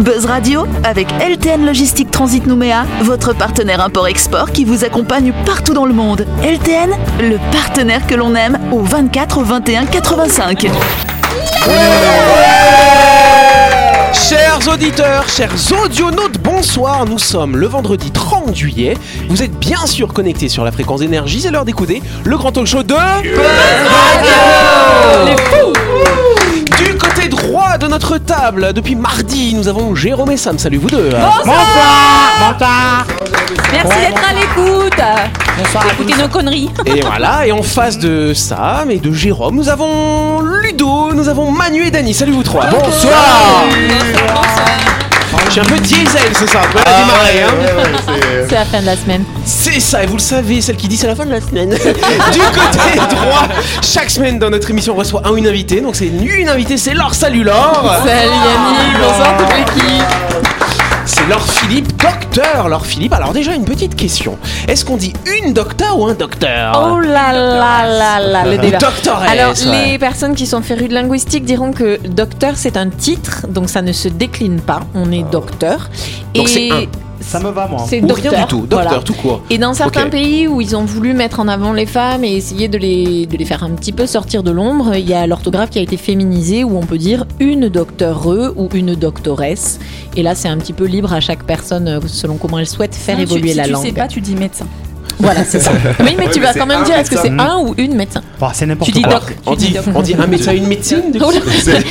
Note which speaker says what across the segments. Speaker 1: Buzz Radio avec LTN Logistique Transit Nouméa, votre partenaire import-export qui vous accompagne partout dans le monde. LTN, le partenaire que l'on aime au 24 21 85.
Speaker 2: Chers auditeurs, chers audionautes, bonsoir. Nous sommes le vendredi 30 juillet. Vous êtes bien sûr connectés sur la fréquence d'énergie. C'est l'heure d'écouter le grand talk show de Du côté droit de notre table, depuis mardi, nous avons Jérôme et Sam. Salut vous deux.
Speaker 3: Merci d'être à l'écoute. Écoutez nos conneries.
Speaker 2: Et voilà. Et en face de Sam et de Jérôme, nous avons Ludo, nous avons Manu et Dany. Salut vous trois. Bonsoir. Je suis un peu diesel, c'est ça. On peut
Speaker 4: Ah,
Speaker 2: la démarrer, hein.
Speaker 3: C'est la fin de la semaine.
Speaker 2: C'est ça, et vous le savez, celle qui dit c'est la fin de la semaine. du côté droit, chaque semaine dans notre émission, on reçoit un ou une invitée. Donc c'est une, une invitée, c'est Laure. Salut Laure
Speaker 3: Salut Yannick, bonsoir toute l'équipe.
Speaker 2: C'est Laure Philippe, docteur Laure Philippe. Alors déjà, une petite question. Est-ce qu'on dit une docteur ou un docteur
Speaker 3: Oh là là là là, le
Speaker 2: Ou
Speaker 3: débat.
Speaker 2: doctoresse,
Speaker 3: Alors,
Speaker 2: ouais.
Speaker 3: les personnes qui sont férues de linguistique diront que docteur, c'est un titre, donc ça ne se décline pas. On est docteur.
Speaker 2: Ah. Donc c'est un.
Speaker 5: Ça me va, moi.
Speaker 3: c'est
Speaker 2: Ou
Speaker 3: docteur.
Speaker 2: rien du tout, docteur
Speaker 3: voilà.
Speaker 2: tout court.
Speaker 3: Et dans certains
Speaker 2: Ok.
Speaker 3: pays où ils ont voulu mettre en avant les femmes et essayer de les, de les faire un petit peu sortir de l'ombre, il y a l'orthographe qui a été féminisée où on peut dire une docteure ou une doctoresse. Et là, c'est un petit peu libre à chaque personne euh, selon comment elle souhaite faire
Speaker 6: Ah Non, tu-
Speaker 3: évoluer
Speaker 6: si
Speaker 3: la
Speaker 6: tu
Speaker 3: langue.
Speaker 6: sais pas, tu dis médecin.
Speaker 3: Voilà, c'est ça. oui, mais
Speaker 4: Ouais,
Speaker 3: tu
Speaker 4: mais
Speaker 3: vas
Speaker 4: c'est
Speaker 3: quand même
Speaker 4: un
Speaker 3: dire est-ce que c'est
Speaker 4: médecin.
Speaker 3: un ou une médecin
Speaker 5: Bah, c'est n'importe
Speaker 3: Tu dis
Speaker 5: quoi.
Speaker 3: doc.
Speaker 2: On
Speaker 3: tu dis
Speaker 2: dit,
Speaker 3: doc.
Speaker 2: on dit un médecin, une médecine
Speaker 3: Oh là,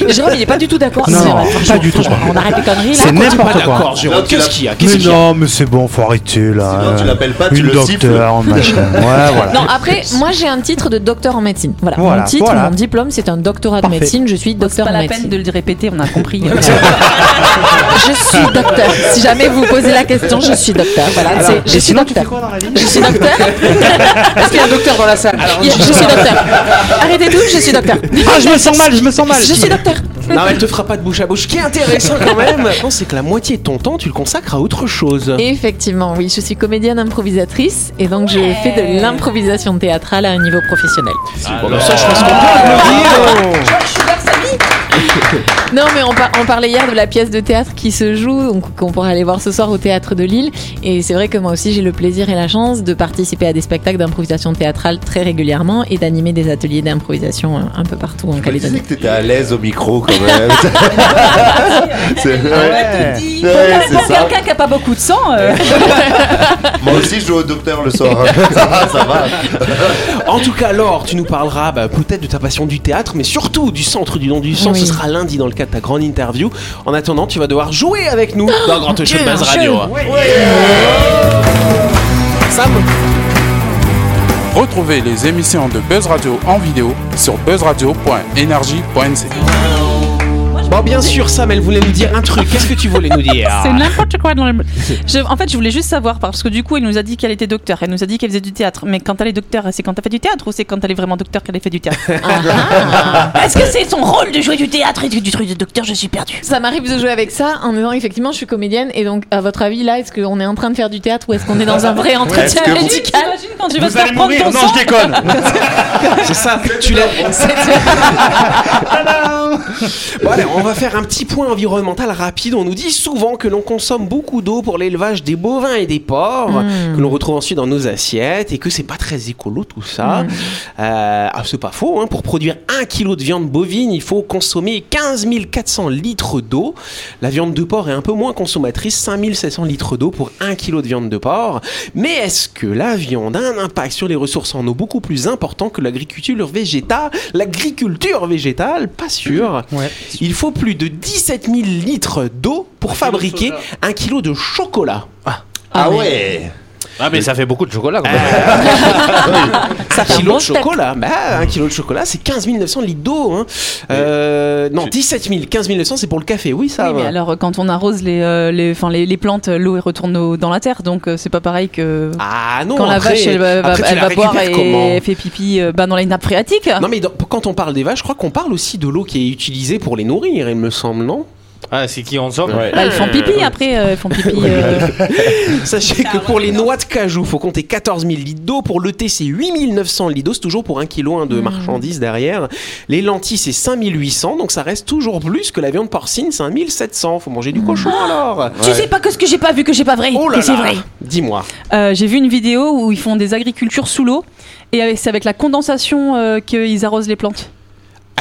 Speaker 3: Jérôme, il est pas du tout d'accord.
Speaker 5: Non,
Speaker 3: C'est vrai,
Speaker 5: pas
Speaker 3: franchement,
Speaker 5: du tout.
Speaker 3: franchement, On arrête les conneries là.
Speaker 5: C'est
Speaker 2: Pas
Speaker 5: n'importe quoi.
Speaker 2: d'accord, Jérôme.
Speaker 4: Non, tu
Speaker 2: Qu'est-ce
Speaker 4: l'as-
Speaker 2: qu'il y a Qu'est-ce
Speaker 5: Mais
Speaker 2: qu'il y a
Speaker 5: non, mais c'est bon, faut arrêter là.
Speaker 4: Sinon, tu l'appelles pas, tu
Speaker 5: Une
Speaker 4: le
Speaker 5: docteur, machin. Ouais, voilà.
Speaker 3: Non, après, moi j'ai un titre de docteur en médecine. Voilà,
Speaker 5: Voilà,
Speaker 3: mon titre,
Speaker 5: voilà.
Speaker 3: mon diplôme, c'est un doctorat
Speaker 5: Parfait.
Speaker 3: de médecine. Je suis
Speaker 6: C'est
Speaker 3: docteur
Speaker 6: pas
Speaker 3: en
Speaker 6: la
Speaker 3: médecine.
Speaker 6: peine de le répéter, on a compris.
Speaker 3: Je suis docteur. Si jamais vous posez la question, je suis docteur. Voilà,
Speaker 5: Alors,
Speaker 3: c'est- je
Speaker 5: et
Speaker 3: suis
Speaker 5: sinon, tu fais
Speaker 3: docteur.
Speaker 5: quoi dans la vie
Speaker 3: Je suis docteur.
Speaker 2: Est-ce qu'il y a un docteur dans la salle Alors,
Speaker 3: Je suis docteur. Arrêtez tout, je suis docteur.
Speaker 5: Ah, je me sens mal, je me sens mal.
Speaker 3: Je suis docteur.
Speaker 2: Non, mais elle te fera pas de bouche à bouche. Ce qui est intéressant quand même, je pense, c'est que la moitié de ton temps, tu le consacres à autre chose.
Speaker 3: Effectivement, oui, je suis comédienne improvisatrice et donc je fais de l'improvisation théâtrale à un niveau professionnel.
Speaker 2: Bon, bah, ça, je pense qu'on peut applaudir.
Speaker 3: Non, mais on, par- on parlait hier de la pièce de théâtre qui se joue, donc qu'on pourra aller voir ce soir au théâtre de Lille. Et c'est vrai que moi aussi, j'ai le plaisir et la chance de participer à des spectacles d'improvisation théâtrale très régulièrement et d'animer des ateliers d'improvisation euh, un peu partout en
Speaker 4: Je me disais
Speaker 3: Calédonie.
Speaker 4: que t'étais à l'aise au micro quand même. c'est vrai. Ouais, c'est
Speaker 6: Pour
Speaker 4: ça.
Speaker 6: quelqu'un qui a pas beaucoup de sang, euh,
Speaker 4: Moi aussi, je joue au docteur le soir. ça va, ça va.
Speaker 2: En tout cas, Laure, tu nous parleras bah, peut-être de ta passion du théâtre, mais surtout du centre du don du sang.
Speaker 3: Oui.
Speaker 2: Ce sera lundi dans le cadre de ta grande interview. En attendant, tu vas devoir jouer avec nous dans le Grand Talk Show de Buzz Radio. hein. Sam
Speaker 7: Retrouvez les émissions de Buzz Radio en vidéo sur buzzradio.energie.nc.
Speaker 2: Bon, bien sûr, Sam, elle voulait nous dire un truc. Qu'est-ce que tu voulais nous dire
Speaker 6: c'est n'importe quoi. Dans le... Je- en fait, je voulais juste savoir parce que du coup, elle nous a dit qu'elle était docteur, elle nous a dit qu'elle faisait du théâtre. Mais quand elle est docteur, c'est quand elle fait du théâtre ou c'est quand elle est vraiment docteur qu'elle fait du théâtre Ah. Est-ce que c'est son rôle de jouer du théâtre et du, du truc de docteur Je suis perdue.
Speaker 3: Ça m'arrive de jouer avec ça en disant effectivement, je suis comédienne. Et donc, à votre avis, là, est-ce qu'on est en train de faire du théâtre ou est-ce qu'on est dans un vrai entretien
Speaker 4: que vous-
Speaker 3: médical
Speaker 6: T'imagines quand tu vas te
Speaker 5: Vous
Speaker 6: faire
Speaker 5: allez
Speaker 6: prendre
Speaker 5: mourir.
Speaker 6: ton
Speaker 5: Non,
Speaker 6: sang
Speaker 5: je déconne.
Speaker 2: C'est ça, tu l'as. Bon, allez, on va faire un petit point environnemental rapide. On nous dit souvent que l'on consomme beaucoup d'eau pour l'élevage des bovins et des porcs, que l'on retrouve ensuite dans nos assiettes, et que c'est pas très écolo tout ça. Euh, ah, c'est pas faux. hein. Pour produire un kilo de viande bovine, il faut consommer 15 400 litres d'eau. La viande de porc est un peu moins consommatrice, 5 700 litres d'eau pour un kilo de viande de porc. Mais est-ce que la viande a un impact sur les ressources en eau beaucoup plus important que l'agriculture végétale L'agriculture végétale, pas sûr.
Speaker 5: Ouais.
Speaker 2: Il faut plus de 17 000 litres d'eau pour fabriquer un kilo de chocolat. Ah,
Speaker 4: Ah ouais.
Speaker 8: Ah mais ça fait beaucoup de chocolat quand même.
Speaker 2: un
Speaker 3: fait un
Speaker 2: kilo
Speaker 3: bon
Speaker 2: de
Speaker 3: steak.
Speaker 2: chocolat. Bah, un kilo de chocolat, c'est 15 900 litres d'eau. hein. Euh, non, 17 000. 15 900, c'est pour le café. Oui, ça.
Speaker 6: Oui, mais
Speaker 2: va.
Speaker 6: alors euh, quand on arrose les, euh, les, enfin, les, les plantes, euh, l'eau elle retourne au- dans la terre, donc euh, c'est pas pareil que
Speaker 2: Ah non,
Speaker 6: quand la
Speaker 2: après-
Speaker 6: vache elle, va- va-
Speaker 2: après, tu
Speaker 6: elle
Speaker 2: la
Speaker 6: va boire
Speaker 2: récupères
Speaker 6: et
Speaker 2: comment
Speaker 6: fait pipi euh, bah, dans les nappes phréatiques.
Speaker 2: Non mais dans- quand on parle des vaches, je crois qu'on parle aussi de l'eau qui est utilisée pour les nourrir, il me semble, non
Speaker 8: Ah, c'est qui en somme
Speaker 4: Ouais.
Speaker 6: Bah, ils font pipi après, euh, ils font pipi. euh,
Speaker 2: Sachez que pour les noix de cajou, faut compter 14 000 litres d'eau. Pour le thé, c'est 8 900 litres d'eau. C'est toujours pour un kilo hein,
Speaker 6: Hmm.
Speaker 2: de marchandises derrière. Les lentilles, c'est 5 800. Donc ça reste toujours plus que la viande porcine, c'est 1 700. Faut manger du cochon alors.
Speaker 6: Hmm. Tu sais pas que ce que j'ai pas vu, que j'ai pas vrai.
Speaker 2: Oh là
Speaker 6: que c'est
Speaker 2: là.
Speaker 6: vrai.
Speaker 2: Dis-moi.
Speaker 6: Euh, j'ai vu une vidéo où ils font des agricultures sous l'eau. Et avec- c'est avec la condensation euh, qu'ils arrosent les plantes.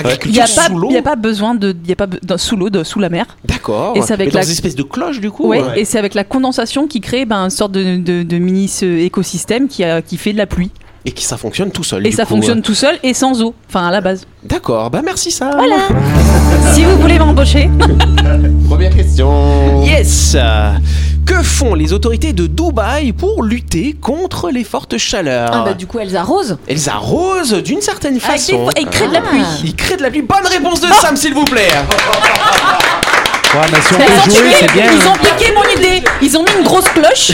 Speaker 6: Il n'y
Speaker 2: Agriculture
Speaker 6: a, pas-
Speaker 2: sous l'eau.
Speaker 6: il y a pas besoin de. il Y a pas be- dans- sous l'eau, de- sous la mer.
Speaker 2: D'accord.
Speaker 6: Et c'est avec
Speaker 2: Mais dans
Speaker 6: la-
Speaker 2: des espèces de cloches du coup.
Speaker 6: Ouais,
Speaker 2: ouais.
Speaker 6: Et c'est avec la condensation qui crée ben, une sorte de, de- de mini ce- écosystème qui, a- qui fait de la pluie.
Speaker 2: Et qui ça fonctionne tout seul.
Speaker 6: Et
Speaker 2: du
Speaker 6: ça
Speaker 2: coup.
Speaker 6: fonctionne tout seul et sans eau. Enfin, à la base.
Speaker 2: D'accord. Bah merci ça. Ah,
Speaker 6: si vous voulez m'embaucher. ben,
Speaker 4: Première question.
Speaker 2: Yes Que font les autorités de Dubaï pour lutter contre les fortes chaleurs
Speaker 3: Ah bah du coup elles arrosent.
Speaker 2: Elles arrosent d'une certaine
Speaker 6: Avec des
Speaker 2: façon.
Speaker 6: fois- et ils créent de la pluie. Ah.
Speaker 2: Ils créent de la pluie. Bonne réponse de Sam, s'il vous plaît.
Speaker 5: Ouais, Ah, mais si on
Speaker 6: Ils ont
Speaker 5: peut jouer,
Speaker 6: tué,
Speaker 5: c'est bien. hein.
Speaker 6: ils ont piqué mon idée. Ils ont mis une grosse cloche.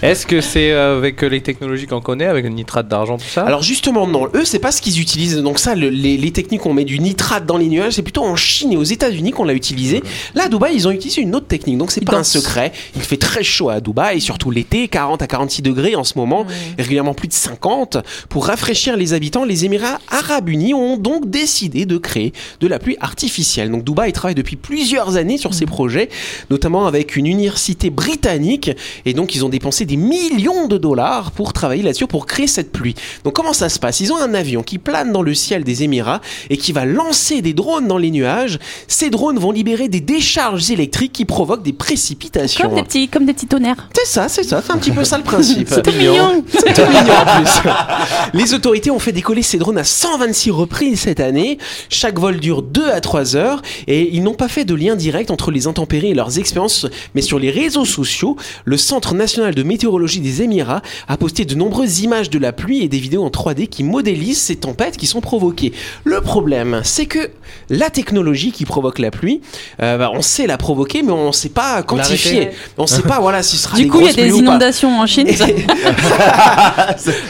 Speaker 8: Est-ce que c'est euh, avec euh, les technologies qu'on connaît, avec le nitrate d'argent, tout ça
Speaker 2: Alors justement, non, eux, c'est pas ce qu'ils utilisent. Donc ça, le- les, les techniques, on met du nitrate dans les nuages, c'est plutôt en Chine et aux États-Unis qu'on l'a utilisé. Là, à Dubaï, ils ont utilisé une autre technique. Donc c'est
Speaker 6: Ils
Speaker 2: pas un
Speaker 6: dansent.
Speaker 2: secret. Il fait très chaud à Dubaï, surtout l'été, 40 à 46 degrés en ce moment, régulièrement plus de 50. Pour rafraîchir les habitants, les Émirats Arabes Unis ont donc décidé de créer de la pluie artificielle. Donc Dubaï travaille depuis plusieurs années sur
Speaker 6: Mm.
Speaker 2: ces projets, notamment avec une université britannique. Et donc ils ont dépensé des millions de dollars pour travailler là-dessus, pour créer cette pluie. Donc comment ça se passe Ils ont un avion qui plane dans le ciel des Émirats et qui va lancer des drones dans les nuages. Ces drones vont libérer des décharges électriques qui provoquent des précipitations.
Speaker 6: Comme des petits, comme des petits tonnerres.
Speaker 2: C'est ça, c'est ça, c'est un petit peu ça le principe.
Speaker 6: C'était mignon.
Speaker 2: C'est tout mignon en plus. Les autorités ont fait décoller ces drones à 126 reprises cette année. Chaque vol dure 2 à 3 heures et ils n'ont pas fait de lien direct entre les intempéries et leurs expériences. Mais sur les réseaux sociaux, le Centre national de météorologie des Émirats a posté de nombreuses images de la pluie et des vidéos en 3D qui modélisent ces tempêtes qui sont provoquées. Le problème, c'est que la technologie qui provoque la pluie, euh, bah, on sait la provoquer, mais on ne sait pas quantifier. On ne sait pas, voilà, si ce sera
Speaker 6: Du
Speaker 2: des
Speaker 6: coup, il y a
Speaker 2: Ah, grosses pluies
Speaker 6: des
Speaker 2: ou pas.
Speaker 6: inondations en Chine.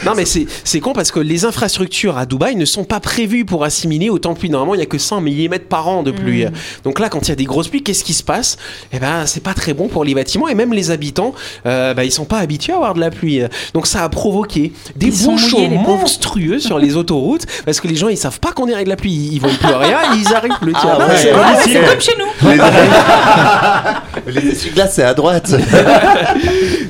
Speaker 2: non mais c'est c'est con parce que les infrastructures à Dubaï ne sont pas prévues pour assimiler autant de pluie. Normalement, il n'y a que 100 mm par an de pluie. Donc là, quand il y a des grosses pluies, qu'est-ce qui se passe Eh ben, c'est pas très bon pour les bâtiments et même les habitants. Euh, bah, ils sont pas habitués à avoir de la pluie. Donc ça a provoqué des
Speaker 6: Ils sont
Speaker 2: bouchons
Speaker 6: mouillés, les pauvres.
Speaker 2: monstrueux sur les autoroutes parce que les gens ils savent pas qu'on est avec la pluie. Ils voient plus rien, ils arrivent le tir.
Speaker 4: Ah
Speaker 2: Non, mais
Speaker 4: ouais.
Speaker 2: c'est vrai.
Speaker 6: Ah, c'est comme chez nous.
Speaker 4: Les, les essuie-glaces, c'est à droite.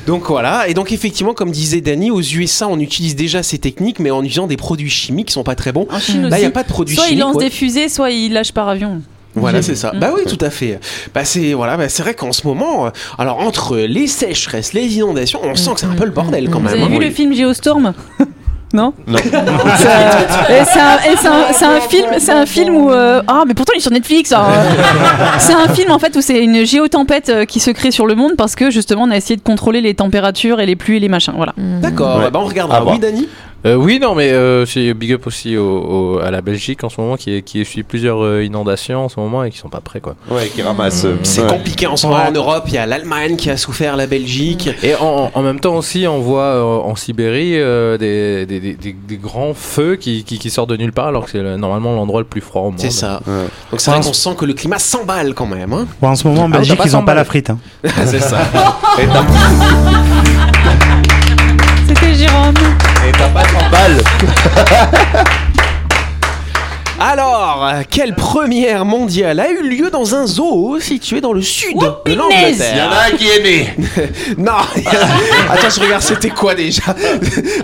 Speaker 2: Donc voilà, et donc effectivement, comme disait Dany, aux USA, on utilise déjà ces techniques, mais en usant des produits chimiques qui sont pas très bons.
Speaker 6: En Chine
Speaker 2: Là, Bah, il n'y a
Speaker 6: aussi.
Speaker 2: pas de produits
Speaker 6: Soit ils
Speaker 2: chimiques.
Speaker 6: lancent
Speaker 2: ouais.
Speaker 6: des Mmh. fusées, soit ils lâchent par avion.
Speaker 2: Voilà, c'est ça. Bah oui, tout à fait. Bah c'est voilà, bah, c'est vrai qu'en ce moment, euh, alors entre les sécheresses, les inondations, on sent que c'est un peu le bordel quand
Speaker 6: Mmh. Vous
Speaker 2: même.
Speaker 6: avez
Speaker 2: hein.
Speaker 6: vu le film Geostorm Non
Speaker 4: Non.
Speaker 6: Ça- et C'est un, et c'est un- c'est un film, c'est un film où euh, ah mais pourtant il est sur Netflix. hein. c'est un film en fait où c'est une géotempête euh, qui se crée sur le monde parce que justement on a essayé de contrôler les températures et les pluies et les machins. Voilà.
Speaker 2: D'accord,
Speaker 4: Ouais. Ah,
Speaker 2: bah on regarde.
Speaker 4: À voir.
Speaker 2: oui, Dani
Speaker 8: Euh, Oui, non, mais euh, c'est big up aussi au- au- à la Belgique en ce moment qui, est- qui suit plusieurs euh, inondations en ce moment et qui sont pas prêts, quoi.
Speaker 4: Ouais, qui ramasse.
Speaker 2: Mm, C'est
Speaker 4: ouais.
Speaker 2: compliqué en ce moment en Europe. Il y a l'Allemagne qui a souffert, la Belgique.
Speaker 8: Et en, en même temps aussi, on voit euh, en Sibérie euh, des, des- des- des- des grands feux qui, qui- qui sortent de nulle part alors que c'est le- normalement l'endroit le plus froid au monde.
Speaker 2: C'est ça.
Speaker 4: Ouais.
Speaker 2: Donc c'est vrai
Speaker 5: Ouais.
Speaker 2: qu'on sent que le climat s'emballe quand même. hein.
Speaker 5: Ouais, en ce
Speaker 3: Ah,
Speaker 5: moment, en
Speaker 8: t'as
Speaker 5: Belgique,
Speaker 8: pas
Speaker 5: ils ont pas
Speaker 8: 100
Speaker 5: la frite. hein.
Speaker 4: c'est ça. Et t'as
Speaker 6: C'était Jérôme.
Speaker 4: et t'as pas 100 balles.
Speaker 2: Alors, euh, quelle première mondiale a eu lieu dans un zoo situé dans le sud de
Speaker 4: Il y en
Speaker 2: l'Angleterre
Speaker 4: a un qui est né.
Speaker 2: Non Attends, je regarde, c'était quoi déjà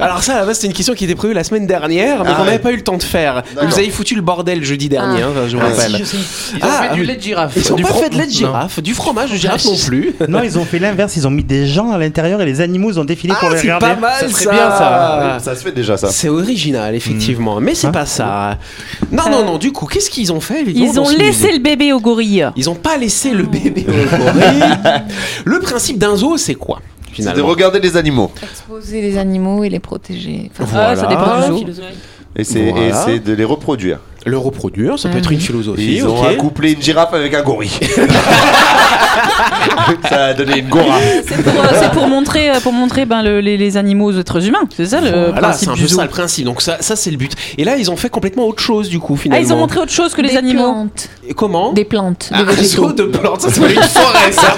Speaker 2: Alors ça, à la base, c'était une question qui était prévue la semaine dernière, mais
Speaker 4: Ah
Speaker 2: qu'on
Speaker 4: ouais.
Speaker 2: n'avait pas eu le temps de faire.
Speaker 4: D'accord.
Speaker 2: Vous avez foutu le bordel jeudi dernier, hein, je vous rappelle.
Speaker 8: Ils
Speaker 2: ont fait du
Speaker 8: lait de girafe.
Speaker 2: Ils n'ont pas fait de lait de girafe, du fromage de girafe non plus.
Speaker 5: Non, ils ont fait l'inverse, ils ont mis des gens à l'intérieur et les animaux ils ont défilé
Speaker 3: Ah,
Speaker 5: pour les
Speaker 2: c'est
Speaker 5: regarder.
Speaker 2: pas mal
Speaker 8: serait
Speaker 2: ça,
Speaker 8: bien, ça.
Speaker 4: Ah, Ça se fait déjà, ça.
Speaker 2: C'est original, effectivement, mais c'est
Speaker 5: Hein
Speaker 2: pas ça. Non, non, non, du coup, qu'est-ce qu'ils ont fait évidemment,
Speaker 6: Ils
Speaker 2: dans
Speaker 6: ont
Speaker 2: ce musée
Speaker 6: laissé le bébé au gorille.
Speaker 2: Ils ont pas laissé le bébé au gorille. Le principe d'un zoo, c'est quoi
Speaker 4: C'est de
Speaker 2: finalement
Speaker 4: regarder les animaux.
Speaker 3: Exposer les animaux et les protéger. Enfin,
Speaker 2: Voilà.
Speaker 6: Ah, ça dépend du zoo.
Speaker 4: Et c'est et
Speaker 2: Voilà.
Speaker 4: c'est de les reproduire.
Speaker 2: le reproduire, ça peut être une philosophie.
Speaker 4: Mmh. Ils ont
Speaker 2: ok.
Speaker 4: accouplé une girafe avec un gorille. ça a donné une gora.
Speaker 6: C'est pour, euh, c'est pour montrer, euh, pour montrer ben, le- les, les animaux aux êtres humains. C'est ça le
Speaker 2: Voilà, c'est
Speaker 6: Euh, principe
Speaker 2: un
Speaker 6: du Ah,
Speaker 2: peu
Speaker 6: zoo.
Speaker 2: ça le principe. Donc ça, ça c'est le but. Et là, ils ont fait complètement autre chose du coup
Speaker 6: Ah,
Speaker 2: finalement.
Speaker 6: ils ont montré autre chose que les
Speaker 3: Des
Speaker 6: animaux.
Speaker 3: plantes.
Speaker 2: Et Comment
Speaker 3: Des plantes.
Speaker 2: Un
Speaker 3: des végétaux.
Speaker 2: réseau de plantes, ça s'appelle une forêt ça.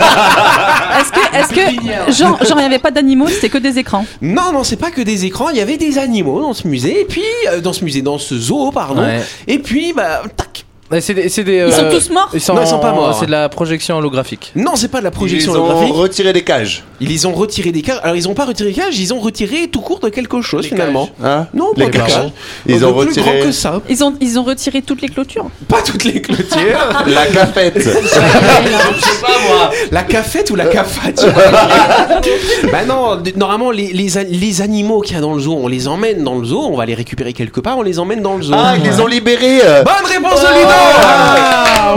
Speaker 6: Est-ce que, est-ce que, genre, genre, il n'y avait pas d'animaux, c'était que des écrans.
Speaker 2: Non, non, c'est pas que des écrans. Il y avait des animaux dans ce musée et puis euh, dans ce musée, dans ce zoo pardon.
Speaker 8: Ouais.
Speaker 2: Et puis bah tac.
Speaker 8: Mais c'est des, c'est des,
Speaker 6: Ils sont
Speaker 8: euh,
Speaker 6: tous morts.
Speaker 8: ils sont,
Speaker 2: Non, ils sont pas morts.
Speaker 8: C'est de la projection holographique.
Speaker 2: Non, c'est pas de la projection
Speaker 4: Ils les ont
Speaker 2: holographique.
Speaker 4: retiré des cages.
Speaker 2: Ils les ont retirés des cages. Alors ils ont pas retiré des cages, ils ont retiré tout court de quelque chose
Speaker 8: Les
Speaker 2: finalement.
Speaker 8: cages.
Speaker 4: Hein
Speaker 2: Non, pas
Speaker 4: les
Speaker 2: de cages.
Speaker 4: cages. Ils
Speaker 2: Donc,
Speaker 4: ont
Speaker 2: le plus grand
Speaker 4: retiré
Speaker 2: que ça.
Speaker 6: Ils ont, ils ont retiré toutes les clôtures.
Speaker 2: Pas toutes les clôtures.
Speaker 4: la cafette.
Speaker 2: La cafette ou la cafate Bah non, d- normalement les, les, a- les animaux qu'il y a dans le zoo, on les emmène dans le zoo, on va les récupérer quelque part, on les emmène dans le zoo.
Speaker 4: Ah, ils les ont libérés. euh.
Speaker 2: Bonne réponse
Speaker 4: Ouais.
Speaker 2: Olivier
Speaker 4: Ah,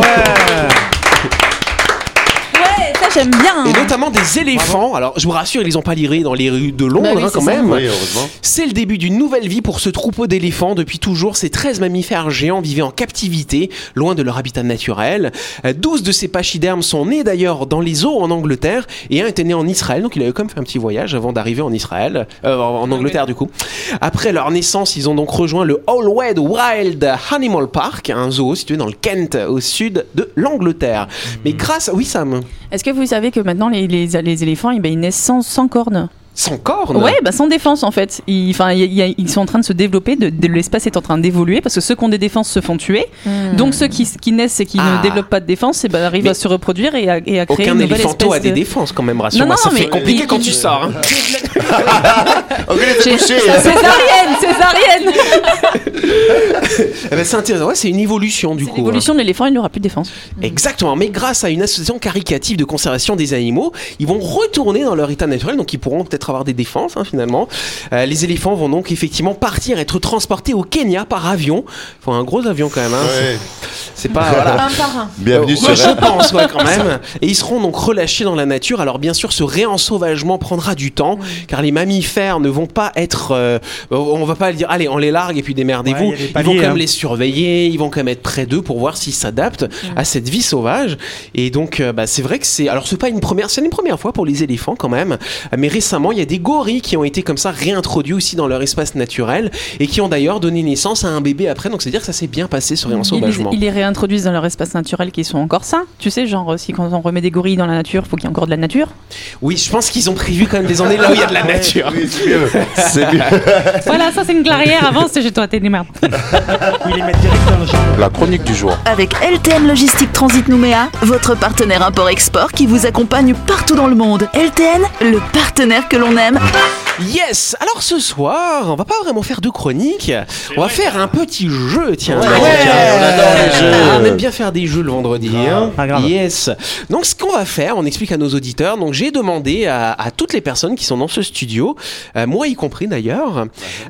Speaker 6: Ouais, ça j'aime bien.
Speaker 2: Et notamment des éléphants. Alors je vous rassure, ils les ont pas livrés dans les rues de Londres
Speaker 6: Bah oui,
Speaker 2: hein,
Speaker 6: c'est
Speaker 2: quand
Speaker 6: ça.
Speaker 2: même.
Speaker 4: Oui, heureusement.
Speaker 2: C'est le début d'une nouvelle vie pour ce troupeau d'éléphants. Depuis toujours, ces 13 mammifères géants vivaient en captivité, loin de leur habitat naturel. Euh, 12 de ces pachydermes sont nés d'ailleurs dans les eaux en Angleterre et un était né en Israël, donc il avait quand même fait un petit voyage avant d'arriver en Israël, euh, en en Angleterre du coup. Après leur naissance, ils ont donc rejoint le Allwed Wild Animal Park, un zoo situé dans le Kent, au sud de l'Angleterre.
Speaker 6: Hmm.
Speaker 2: Mais grâce, oui Sam,
Speaker 6: Est-ce que vous savez que maintenant les, les, les éléphants, eh ben, ils naissent sans, sans cornes
Speaker 2: sans cornes.
Speaker 6: Ouais, bah, sans défense en fait. Ils, enfin, il y a- il y a- ils sont en train de se développer, de, de- l'espace est en train d'évoluer parce que ceux qui ont des défenses se font tuer.
Speaker 3: Hmm.
Speaker 6: Donc ceux qui, qui naissent et qui
Speaker 2: Ah.
Speaker 6: ne développent pas de défense eh ben, arrivent
Speaker 2: Mais
Speaker 6: à se reproduire et à, et à créer
Speaker 2: Aucun
Speaker 6: une nouvelle
Speaker 2: éléphanto a
Speaker 6: espèce
Speaker 2: des
Speaker 6: de-
Speaker 2: défenses quand même, rassure
Speaker 6: Non, non,
Speaker 2: ça
Speaker 6: mais
Speaker 2: fait compliqué
Speaker 6: il-
Speaker 2: quand tu
Speaker 6: il-
Speaker 2: sors. hein.
Speaker 4: Ok, les
Speaker 6: J'ai-
Speaker 4: touchés.
Speaker 6: Césarienne, césarienne
Speaker 2: Eh ben, c'est intéressant, ouais, c'est une évolution du
Speaker 6: C'est
Speaker 2: coup.
Speaker 6: l'évolution de l'éléphant, il n'aura plus de défense.
Speaker 2: hein. Exactement, mais grâce à une association caricative de conservation des animaux, ils vont retourner dans leur état naturel, donc ils pourront peut-être avoir des défenses hein, finalement. Euh, les éléphants vont donc effectivement partir, être transportés au Kenya par avion. Faut un gros avion quand même, hein.
Speaker 4: Ouais.
Speaker 2: c'est pas... Voilà.
Speaker 3: Un par un.
Speaker 4: Bienvenue
Speaker 2: Oh, Moi,
Speaker 4: sur
Speaker 2: je pense, ouais, quand même. Et ils seront donc relâchés dans la nature. Alors, bien sûr, ce réensauvagement prendra du temps, car les mammifères ne vont pas être. euh, on va pas dire, allez, on les largue et puis démerdez-vous.
Speaker 5: Ouais, il y a des
Speaker 2: ils vont
Speaker 5: paliers,
Speaker 2: quand même
Speaker 5: hein.
Speaker 2: les surveiller, ils vont quand même être près d'eux pour voir s'ils s'adaptent à cette vie sauvage. Et donc, euh, bah, c'est vrai que c'est. Alors, c'est pas une première, c'est une première fois pour les éléphants quand même. Mais récemment, il y a des gorilles qui ont été comme ça réintroduits aussi dans leur espace naturel et qui ont d'ailleurs donné naissance à un bébé après. Donc, c'est-à-dire que ça s'est bien passé ce
Speaker 6: Ils les,
Speaker 2: réensauvagement.
Speaker 6: ils les réintroduisent dans leur espace naturel qui sont encore sains. Tu sais, genre, si quand on remet des gorilles dans la nature, faut qu'il y ait encore de la nature.
Speaker 2: Oui, je pense qu'ils ont prévu quand même des années là où il y a de la nature.
Speaker 4: Oui, c'est mieux. C'est mieux.
Speaker 6: voilà, ça c'est une clairière. Avant, c'était chez toi, t'es des merdes.
Speaker 5: Ils les mettent direct dans le champ.
Speaker 7: La chronique du jour.
Speaker 1: Avec LTN Logistique Transit Nouméa, votre partenaire import-export qui vous accompagne partout dans le monde. LTN, le partenaire que l'on aime.
Speaker 2: Yes Alors ce soir, on va pas vraiment faire de chronique, on va faire un petit jeu, tiens.
Speaker 4: Ouais, on adore les jeux.
Speaker 2: Ah, On aime bien faire des jeux le vendredi. hein.
Speaker 5: Ah, grave.
Speaker 2: Yes Donc ce qu'on va faire, on explique à nos auditeurs, donc j'ai demandé à, à toutes les personnes qui sont dans ce studio, euh, moi y compris d'ailleurs,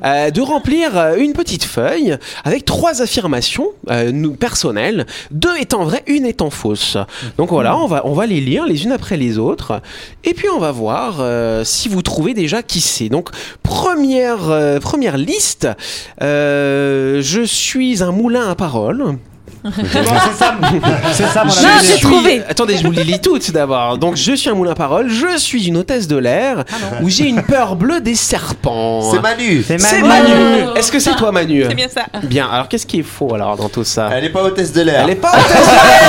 Speaker 2: euh, de remplir euh, une petite feuille avec trois affirmations euh, nous- personnelles, deux étant vraies, une étant fausse. Donc voilà,
Speaker 5: Mhm.
Speaker 2: on va, on va les lire les unes après les autres. Et puis on va voir euh, si vous trouvez déjà qui c'est. Donc première, euh, première liste, euh, je suis un moulin à parole.
Speaker 5: C'est Sam. C'est Sam, on
Speaker 2: Je
Speaker 5: l'a
Speaker 6: Non,
Speaker 5: vu.
Speaker 6: j'ai
Speaker 2: suis-
Speaker 6: trouvé.
Speaker 2: Attendez, je vous les lis toutes d'abord. Donc je suis un moulin à parole, je suis une hôtesse de l'air,
Speaker 9: Ah
Speaker 2: où j'ai une peur bleue des serpents.
Speaker 4: C'est Manu.
Speaker 5: C'est
Speaker 2: C'est
Speaker 5: Manu.
Speaker 2: Manu. Est-ce que
Speaker 9: Ah.
Speaker 2: c'est toi Manu
Speaker 6: bien ça.
Speaker 2: Bien, Euh, alors qu'est-ce qui est faux alors dans tout ça
Speaker 4: Elle est pas hôtesse de l'air.
Speaker 2: Elle est pas hôtesse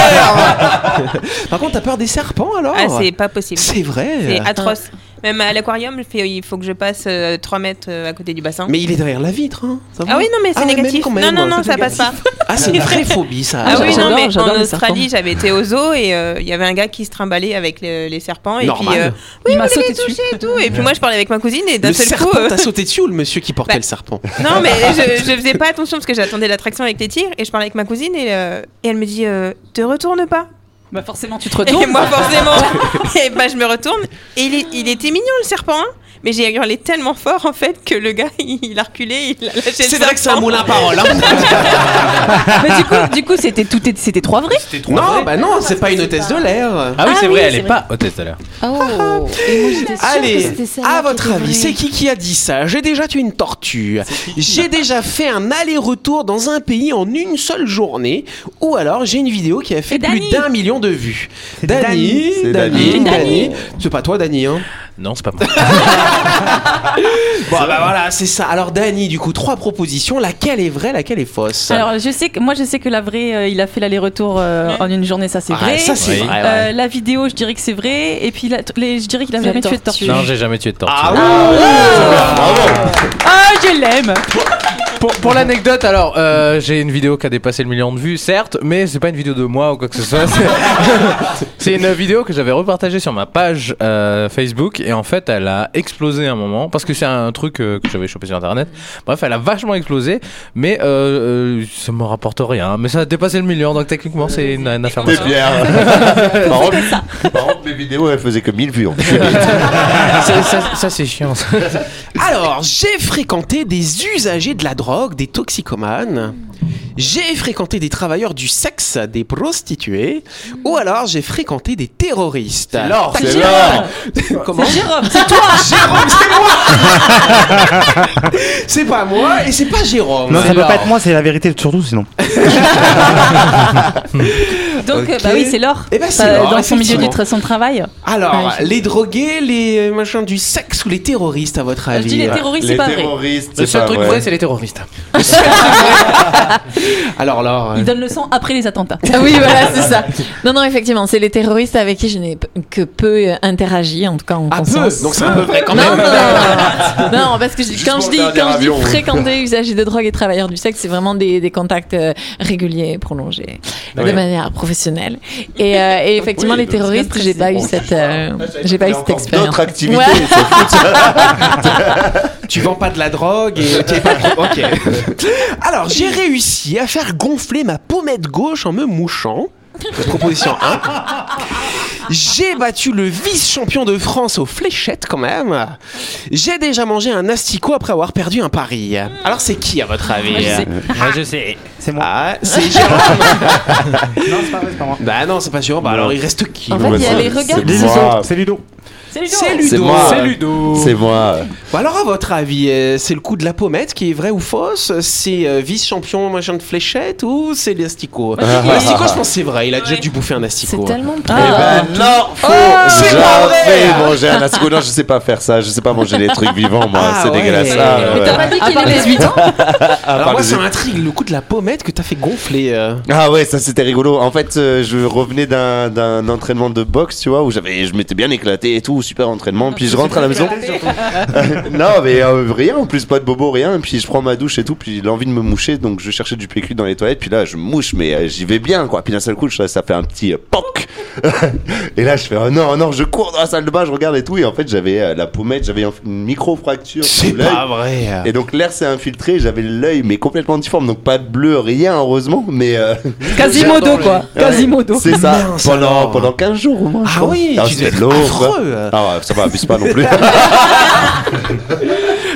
Speaker 2: de l'air Par contre, t'as peur des serpents alors
Speaker 9: Ah, c'est pas possible.
Speaker 2: C'est vrai
Speaker 9: C'est atroce. Même à l'aquarium, je fais- il faut que je passe 3 mètres euh, à côté du bassin.
Speaker 2: Mais il est derrière la vitre, hein ça va
Speaker 9: Ah oui, non, mais c'est
Speaker 2: Ah, même
Speaker 9: négatif.
Speaker 2: quand même,
Speaker 9: non, non, non,
Speaker 2: c'est
Speaker 9: ça passe pas.
Speaker 2: Ah, c'est une vraie phobie ça.
Speaker 9: Ah,
Speaker 6: Ah,
Speaker 9: oui,
Speaker 6: j'adore,
Speaker 9: non, mais
Speaker 6: j'adore
Speaker 9: en
Speaker 6: les
Speaker 9: Australie, j'avais été au zoo et euh, il y avait un gars qui se trimballait avec le- les serpents. Et
Speaker 2: Normal.
Speaker 9: puis, euh,
Speaker 6: Il m'a
Speaker 9: vous
Speaker 6: sauté
Speaker 9: les
Speaker 6: dessus.
Speaker 9: touchez et tout. Et puis moi, je parlais avec ma cousine et d'un
Speaker 2: Le
Speaker 9: seul
Speaker 2: serpent,
Speaker 9: coup. euh,
Speaker 2: t'as sauté dessus ou le monsieur qui portait
Speaker 9: Bah.
Speaker 2: le serpent
Speaker 9: Non, mais je, je faisais pas attention parce que j'attendais l'attraction avec les tirs et je parlais avec ma cousine et, euh, et elle me dit euh, Te retourne pas.
Speaker 6: Bah forcément, tu te
Speaker 9: Et
Speaker 6: retournes.
Speaker 9: moi, forcément, et bah, je me retourne. Et il, est- il était mignon, le serpent. hein. mais j'ai hurlé tellement fort en fait que le gars il a reculé, il a lâché le
Speaker 2: C'est vrai que c'est un
Speaker 9: serpent.
Speaker 2: moulin à parole. hein. Ah.
Speaker 6: Mais du coup, du coup, c'était tout, est- c'était trois vrais.
Speaker 8: C'était trois
Speaker 2: non,
Speaker 8: vrais.
Speaker 2: bah non, c'est pas une hôtesse de l'air.
Speaker 8: Ah oui,
Speaker 6: Ah
Speaker 8: c'est
Speaker 6: oui,
Speaker 8: vrai, elle
Speaker 6: c'est
Speaker 8: est
Speaker 6: vrai.
Speaker 8: pas hôtesse de l'air.
Speaker 3: Oh Et moi, j'étais sûre que
Speaker 2: Allez,
Speaker 3: c'était ça,
Speaker 2: à
Speaker 3: qui
Speaker 2: votre
Speaker 3: était
Speaker 2: avis,
Speaker 3: vraie.
Speaker 2: c'est qui qui a dit ça J'ai déjà tué une tortue. J'ai déjà fait un aller-retour dans un pays en une seule journée. Ou alors, j'ai une vidéo qui a fait
Speaker 6: C'est
Speaker 2: plus
Speaker 6: Dany.
Speaker 2: d'un million de vues.
Speaker 5: C'est
Speaker 2: Dany,
Speaker 4: C'est
Speaker 2: Dany,
Speaker 4: Dany.
Speaker 2: Dany. C'est pas toi, Dany, hein
Speaker 8: Non, c'est pas moi.
Speaker 2: Bon, bah voilà, c'est ça. Alors, Dany, du coup, trois propositions. Laquelle est vraie, laquelle est fausse
Speaker 6: Alors, je sais que moi, je sais que la vraie, euh, il a fait l'aller-retour euh, en une journée, ça c'est
Speaker 2: Ah,
Speaker 6: vrai.
Speaker 2: ça, c'est
Speaker 8: Oui.
Speaker 2: vrai. ouais.
Speaker 6: Euh, la vidéo, je dirais que c'est vrai. Et puis, la- les- je dirais qu'il a
Speaker 3: La
Speaker 6: jamais tué de
Speaker 3: tortue.
Speaker 6: tortue.
Speaker 8: non, j'ai jamais tué de tortue.
Speaker 2: Ah ouais Ah,
Speaker 6: Ah, je l'aime.
Speaker 8: Pour, pour l'anecdote, alors, euh, j'ai une vidéo qui a dépassé le million de vues, certes, mais c'est pas une vidéo de moi ou quoi que ce soit. C'est- C'est une vidéo que j'avais repartagée sur ma page euh, Facebook et en fait, elle a explosé un moment parce que c'est un truc euh, que j'avais chopé sur internet. Bref, elle a vachement explosé, mais euh, euh, ça me rapporte rien. Mais ça a dépassé le million, donc techniquement, c'est une, une affaire. de-
Speaker 4: Mais
Speaker 2: Ah,
Speaker 4: Pierre. Par contre, par contre, mes vidéos, elles faisaient que 1000 vues. en plus.
Speaker 8: Ça, ça- ça, c'est chiant. ça.
Speaker 2: Alors, j'ai fréquenté des usagers de la drogue, des toxicomanes. J'ai fréquenté des travailleurs du sexe, des prostituées. Ou alors, j'ai fréquenté des terroristes. C'est l'or,
Speaker 4: C'est l'or.
Speaker 2: Comment
Speaker 6: Jérôme,
Speaker 2: C'est toi, Jérôme, c'est moi C'est pas moi et c'est pas Jérôme.
Speaker 5: Non,
Speaker 2: C'est
Speaker 5: ça peut
Speaker 2: l'or.
Speaker 5: pas être moi, c'est la vérité surtout sinon.
Speaker 6: donc,
Speaker 2: Ok.
Speaker 6: bah oui, c'est l'or.
Speaker 2: Eh ben, c'est
Speaker 6: Euh,
Speaker 2: Laure,
Speaker 6: dans son milieu
Speaker 2: effectivement.
Speaker 6: du tra- son travail.
Speaker 2: Alors,
Speaker 6: Ouais, je-
Speaker 2: les drogués, les euh, machins du sexe ou les terroristes, à votre
Speaker 6: Euh, Je
Speaker 2: avis
Speaker 6: dis les terroristes, c'est
Speaker 4: Les
Speaker 6: pas vrai.
Speaker 4: terroristes,
Speaker 8: Le
Speaker 4: c'est
Speaker 8: seul
Speaker 4: pas
Speaker 8: truc vrai, c'est les terroristes.
Speaker 2: Alors, Laure, euh,
Speaker 6: Il donne le sang après les attentats.
Speaker 3: Ah oui, voilà, c'est ça. Non, non, effectivement, c'est les terroristes avec qui je n'ai p- que peu euh, interagi, en tout cas en
Speaker 2: Ah peu,
Speaker 3: conscience.
Speaker 2: donc c'est un peu vrai quand
Speaker 3: non, non,
Speaker 2: même.
Speaker 3: non, non, non. Non, parce que je- quand je
Speaker 4: mon
Speaker 3: dis,
Speaker 4: dernier
Speaker 3: quand je dis
Speaker 4: avion.
Speaker 3: fréquenter usagers de drogue et travailleurs du sexe, c'est vraiment des, des contacts euh, réguliers, prolongés, de manière professionnelle. Et, euh, et effectivement,
Speaker 4: Oui,
Speaker 3: les
Speaker 4: donc c'est bien
Speaker 3: terroristes, j'ai pas eu cette, euh,
Speaker 2: Ah,
Speaker 3: j'ai pas eu cette expérience.
Speaker 4: D'autres activités,
Speaker 3: Ouais.
Speaker 4: c'est fou, ça.
Speaker 2: Tu vends pas de la drogue et t'es pas pro- Ok. Alors, j'ai réussi à faire gonfler ma pommette gauche en me mouchant. Proposition 1. J'ai battu le vice-champion de France aux fléchettes quand même. J'ai déjà mangé un asticot après avoir perdu un pari. Alors c'est qui à votre avis
Speaker 8: Moi, je sais.
Speaker 5: C'est moi.
Speaker 2: Ah, c'est Jérôme.
Speaker 5: Non, c'est pas vrai, c'est pas moi.
Speaker 2: bah non, c'est pas Jérôme. Bah alors il reste qui
Speaker 3: En fait,
Speaker 4: Non, mais
Speaker 3: il y a
Speaker 4: c'est-
Speaker 3: les regards.
Speaker 4: c'est moi.
Speaker 5: C'est Ludo.
Speaker 2: C'est
Speaker 4: C'est
Speaker 2: Ludo.
Speaker 4: moi.
Speaker 2: C'est Ludo.
Speaker 4: C'est moi.
Speaker 2: Bon, alors à votre avis, euh, c'est le coup de la pommette qui est vrai ou fausse C'est euh, vice-champion machin de fléchette ou c'est l'asticot
Speaker 4: Ah.
Speaker 2: L'asticot, je pense que c'est vrai, il a déjà dû bouffer un asticot.
Speaker 3: C'est tellement
Speaker 4: Eh
Speaker 3: Ah.
Speaker 4: ben non, faux.
Speaker 2: c'est pas vrai.
Speaker 4: Jamais manger un ascot. Non, je sais pas faire ça. Je sais pas manger les trucs vivants, moi.
Speaker 2: Ah
Speaker 4: c'est
Speaker 2: ouais.
Speaker 4: dégueulasse.
Speaker 2: Mais
Speaker 4: Ah,
Speaker 2: t'as
Speaker 4: ouais.
Speaker 3: T'as pas dit
Speaker 6: À
Speaker 3: qu'il
Speaker 6: part
Speaker 3: est
Speaker 6: les
Speaker 3: 18 ans
Speaker 4: Ah,
Speaker 2: Alors moi,
Speaker 4: pardon,
Speaker 2: ça m'intrigue, le coup de la pommette que t'as fait gonfler. euh.
Speaker 4: Ah ouais, ça c'était rigolo. En fait, euh, je revenais d'un, d'un entraînement de boxe, tu vois, où j'avais, je m'étais bien éclaté et tout, super entraînement. Puis je rentre à la maison. non, mais euh, rien en plus, pas de bobo, rien. Puis je prends ma douche et tout, puis j'ai envie de me moucher, donc je cherchais du PQ dans les toilettes. Puis là, je mouche, mais euh, j'y vais bien, quoi. Puis d'un seul coup, je- ça fait un petit euh, POC. et là, je fais oh, non, non, je cours dans la salle de bain, je regarde et tout. Et en fait, j'avais euh, la pommette, j'avais une micro-fracture. sous
Speaker 2: C'est
Speaker 4: l'œil.
Speaker 2: pas Ah, vrai.
Speaker 4: Et donc l'air s'est infiltré, j'avais l'œil mais complètement difforme, donc pas de bleu, rien heureusement, mais euh,
Speaker 6: Quasimodo,
Speaker 4: J'adore les-
Speaker 6: quoi.
Speaker 4: Ouais,
Speaker 6: Quasimodo.
Speaker 4: c'est ça.
Speaker 2: Mince, alors.
Speaker 4: pendant pendant 15 jours au moins. je
Speaker 2: Ah
Speaker 4: crois.
Speaker 2: oui, tu devais
Speaker 4: c'était
Speaker 2: être
Speaker 4: lourd,
Speaker 2: affreux.
Speaker 4: quoi. Ah ouais, ça va, abuse pas non plus.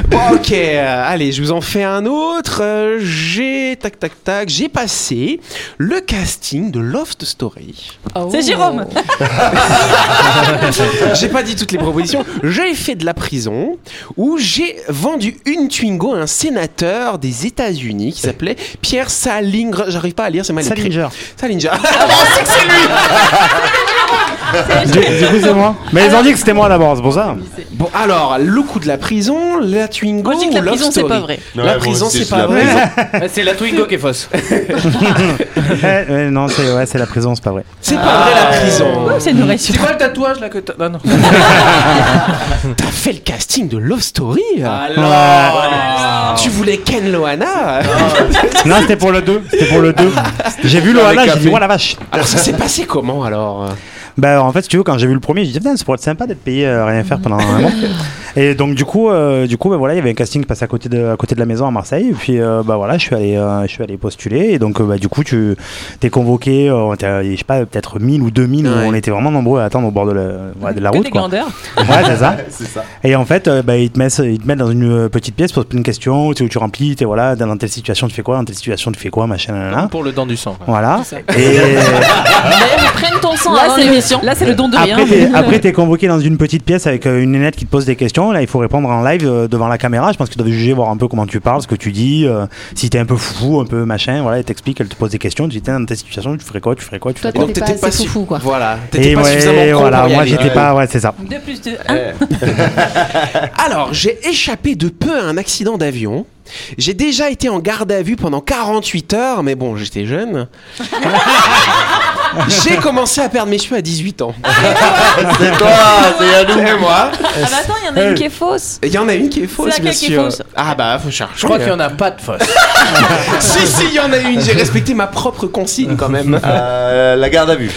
Speaker 2: Bon, ok, euh, allez, je vous en fais un autre. Euh, j'ai tac tac tac, j'ai passé le casting de Loft Story.
Speaker 3: Oh.
Speaker 6: C'est Jérôme.
Speaker 2: J'ai pas dit toutes les propositions. J'ai fait de la prison où j'ai vendu une Twingo à un sénateur des États-Unis qui s'appelait Pierre Salinger. J'arrive pas à lire, c'est mal écrit.
Speaker 5: Salinger.
Speaker 2: Salinger.
Speaker 5: Du, du coup, c'est moi. Mais ils ont dit que c'était moi d'abord, c'est pour ça.
Speaker 2: Bon, alors, le coup de la prison, la Twingo
Speaker 6: Moi, je dis
Speaker 2: ou
Speaker 6: que la
Speaker 2: Oh, Love
Speaker 6: prison, c'est
Speaker 2: Story
Speaker 6: pas vrai.
Speaker 2: La prison, c'est pas vrai.
Speaker 8: C'est la Twingo qui est fausse.
Speaker 5: Eh, eh, non, c'est ouais, c'est la prison, c'est pas vrai.
Speaker 2: C'est pas vrai la prison.
Speaker 6: Oh, C'est une vraie
Speaker 8: C'est quoi le tatouage là que t'as Ah Non, non.
Speaker 2: T'as fait le casting de Love Story
Speaker 5: Euh,
Speaker 2: Tu voulais Ken Loana
Speaker 5: Non, c'était pour le 2. C'était pour le 2. J'ai vu
Speaker 4: Avec
Speaker 5: Loana, j'ai
Speaker 4: café.
Speaker 5: dit, oh la vache.
Speaker 2: Alors ça s'est passé comment alors
Speaker 5: Bah, en fait, si tu veux, quand j'ai vu le premier, j'ai dit, putain, ça pourrait être sympa d'être payé euh, à rien faire pendant un an. Et donc du coup, euh, du coup, bah, voilà, il y avait un casting qui passait à côté de, à côté de la maison à Marseille. Et puis euh, bah voilà, je suis allé, euh, je suis allé postuler. Et donc euh, bah, du coup, tu t'es convoqué, euh, on était, je sais pas, peut-être 1000 ou 2000.
Speaker 2: Ouais.
Speaker 5: On était vraiment nombreux à attendre au bord de la, voilà, de la
Speaker 3: Que
Speaker 5: route.
Speaker 3: des
Speaker 5: quoi.
Speaker 3: grandeurs.
Speaker 5: Ouais, c'est ça.
Speaker 4: C'est ça.
Speaker 5: Et en fait, euh, bah, ils, te mettent, ils te mettent dans une euh, petite pièce pour te poser une question, tu, tu remplis, tu voilà, dans telle situation tu fais quoi, dans telle situation tu fais quoi, machin, nan, nan,
Speaker 2: Ah.
Speaker 5: nan.
Speaker 8: Pour le dent du sang. quoi.
Speaker 5: Voilà. Et.
Speaker 3: D'ailleurs, ils prennent ton sang
Speaker 6: Là,
Speaker 3: avant
Speaker 6: c'est-
Speaker 3: l'émission.
Speaker 6: Là, c'est le don de rien.
Speaker 5: euh, Après, t'es- Après, t'es convoqué dans une petite pièce avec euh, une nénette qui te pose des questions. Là, il faut répondre en live euh, devant la caméra. Je pense qu'ils doivent juger, voir un peu comment tu parles, ce que tu dis. euh, si t'es un peu fou, un peu machin, voilà, elle t'explique, elle te pose des questions. Tu dis, tiens, dans ta situation, tu ferais quoi, tu ferais quoi, tu
Speaker 3: Toi,
Speaker 5: ferais
Speaker 2: Et
Speaker 5: quoi.
Speaker 2: donc
Speaker 3: T'étais
Speaker 2: t'étais
Speaker 3: pas
Speaker 2: pas
Speaker 3: assez
Speaker 2: su-
Speaker 3: foufou, quoi.
Speaker 2: Voilà,
Speaker 5: Et
Speaker 2: t'étais pas suffisamment con
Speaker 5: voilà,
Speaker 2: pour y
Speaker 5: moi
Speaker 2: aller.
Speaker 5: j'étais pas, ouais, c'est ça.
Speaker 6: De plus de.
Speaker 2: Alors, j'ai échappé de peu à un accident d'avion. J'ai déjà été en garde à vue pendant 48 heures, mais bon, j'étais jeune. j'ai commencé à perdre mes cheveux à 18 ans.
Speaker 4: C'est toi, c'est Yannou.
Speaker 2: Et moi
Speaker 3: Ah, bah attends, il y en a une qui est fausse.
Speaker 2: Il y en a une qui est fausse,
Speaker 6: laquelle
Speaker 2: bien
Speaker 6: qui est
Speaker 2: sûr.
Speaker 6: fausse
Speaker 2: ah bah, faut chercher.
Speaker 8: Je crois qu'il y en a pas de fausse.
Speaker 2: Si, si, il y en a une. J'ai respecté ma propre consigne quand même.
Speaker 4: Euh, la garde à vue.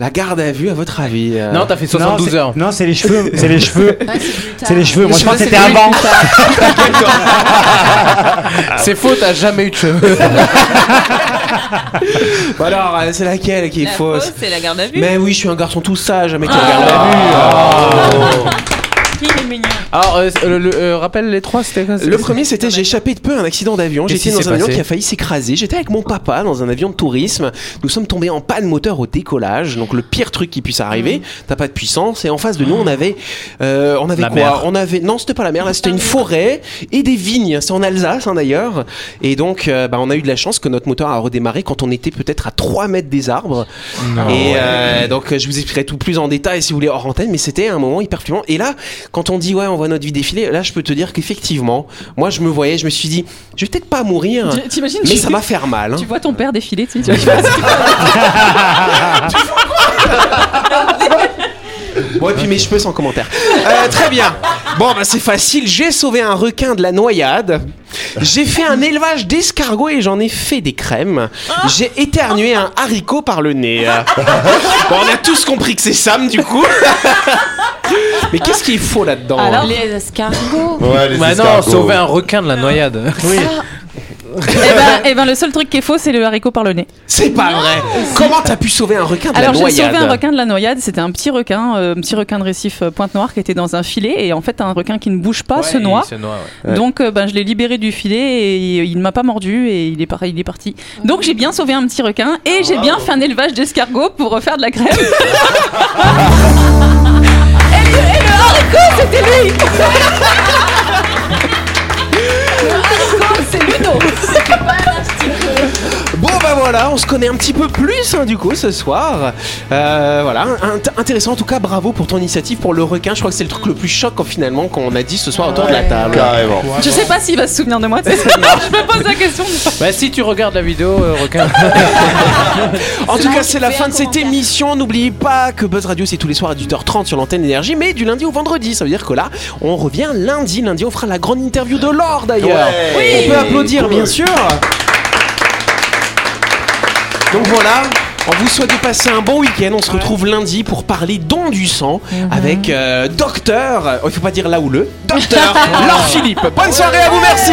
Speaker 2: La garde à vue, à votre avis euh,
Speaker 8: Non, t'as fait
Speaker 5: Non,
Speaker 8: 72
Speaker 5: c'est-
Speaker 8: heures.
Speaker 5: Non, c'est les cheveux, c'est les cheveux, c'est les cheveux. Moi je
Speaker 2: Je
Speaker 5: pense que
Speaker 2: sais,
Speaker 5: c'était
Speaker 2: c'est
Speaker 5: avant.
Speaker 8: C'est faux, t'as jamais eu de cheveux.
Speaker 2: Bah Alors, euh, c'est laquelle qui est
Speaker 9: La
Speaker 2: fausse
Speaker 9: fausse, c'est la garde à vue.
Speaker 2: Mais oui, je suis un garçon tout sage, un mec qui
Speaker 6: Ah.
Speaker 2: a garde à vue.
Speaker 6: Il est mignon.
Speaker 8: Alors, euh, le, le- euh, rappelle les trois, c'était quoi
Speaker 2: Le premier, c'était j'ai échappé de peu à un accident d'avion.
Speaker 8: Qu'est-ce
Speaker 2: J'étais
Speaker 8: qui
Speaker 2: dans
Speaker 8: s'est
Speaker 2: un avion
Speaker 8: passé
Speaker 2: qui a failli s'écraser. J'étais avec mon papa dans un avion de tourisme. Nous sommes tombés en panne moteur au décollage. Donc le pire truc qui puisse
Speaker 8: Mm.
Speaker 2: arriver, t'as pas de puissance. Et en face de nous, on avait, euh, on avait
Speaker 8: La
Speaker 2: quoi
Speaker 8: mer.
Speaker 2: On avait non, c'était pas la mer. Là, c'était une forêt et des vignes. C'est en Alsace hein, d'ailleurs. Et donc, euh, bah, on a eu de la chance que notre moteur a redémarré quand on était peut-être à 3 mètres des arbres. Et euh, donc euh, je vous expliquerai tout plus en détail si vous voulez hors antenne, mais c'était un moment hyper flippant. Et là, quand on dit ouais, on voit notre vie défiler, là je peux te dire qu'effectivement, moi je me voyais, je me suis dit, je vais peut-être pas mourir,
Speaker 6: Tu- T'imagines
Speaker 2: mais
Speaker 6: tu-
Speaker 2: ça va faire mal. hein.
Speaker 6: Tu vois ton père défiler, tu sais. Tu vois,
Speaker 2: Bon, et puis mes cheveux sans commentaire. Euh, très bien. Bon, bah c'est facile, j'ai sauvé un requin de la noyade. J'ai fait un élevage d'escargots et j'en ai fait des crèmes. J'ai éternué un haricot par le nez. Euh, Bon, on a tous compris que c'est Sam du coup. Mais qu'est-ce qui est faux là-dedans hein
Speaker 3: Alors, les escargots.
Speaker 4: Ouais, les
Speaker 8: Bah non,
Speaker 4: escargots.
Speaker 8: sauver un requin de la noyade.
Speaker 6: eh, ben, eh ben, le seul truc qui est faux, c'est le haricot par le nez.
Speaker 2: C'est pas vrai. Comment t'as pu sauver un requin de
Speaker 6: Alors
Speaker 2: la
Speaker 6: j'ai
Speaker 2: noyade
Speaker 6: sauvé un requin de la noyade, c'était un petit requin, euh, un petit requin de récif euh, pointe-noire qui était dans un filet et en fait un requin qui ne bouge pas se noie. Donc euh, ben, je l'ai libéré du filet et il, il ne m'a pas mordu et il est, par- il est parti. Donc j'ai bien sauvé un petit requin et j'ai bien fait un élevage d'escargots pour refaire de la crème. et, le, et le haricot c'était lui Le haricot c'est Ludo
Speaker 2: Bon bah voilà, on se connaît un petit peu plus hein, du coup ce soir. Euh, voilà, int- intéressant en tout cas. Bravo pour ton initiative pour le requin. Je crois que c'est le truc le plus choquant finalement qu'on a dit ce soir autour de la table.
Speaker 4: Carrément.
Speaker 6: Je sais pas s'il va se souvenir de moi, tu sais. je me pose la question.
Speaker 8: Bah si tu regardes la vidéo, euh, requin.
Speaker 2: En tout cas, c'est la
Speaker 3: fais
Speaker 2: fin
Speaker 3: un
Speaker 2: de cette
Speaker 3: commentaire.
Speaker 2: émission. N'oubliez pas que Buzz Radio, c'est tous les soirs à 18h30 sur l'antenne énergie, mais du lundi au vendredi. Ça veut dire que là, on revient lundi. Lundi, on fera la grande interview de Laure d'ailleurs.
Speaker 4: Ouais.
Speaker 2: on peut applaudir,
Speaker 4: Cool.
Speaker 2: bien sûr. Donc voilà. On vous souhaite de passer un bon week-end. On se retrouve lundi pour parler don du sang
Speaker 3: Mhm.
Speaker 2: avec euh, Docteur. euh, Il faut pas dire là ou le. Docteur Laure Philippe. Bonne soirée à vous. Merci.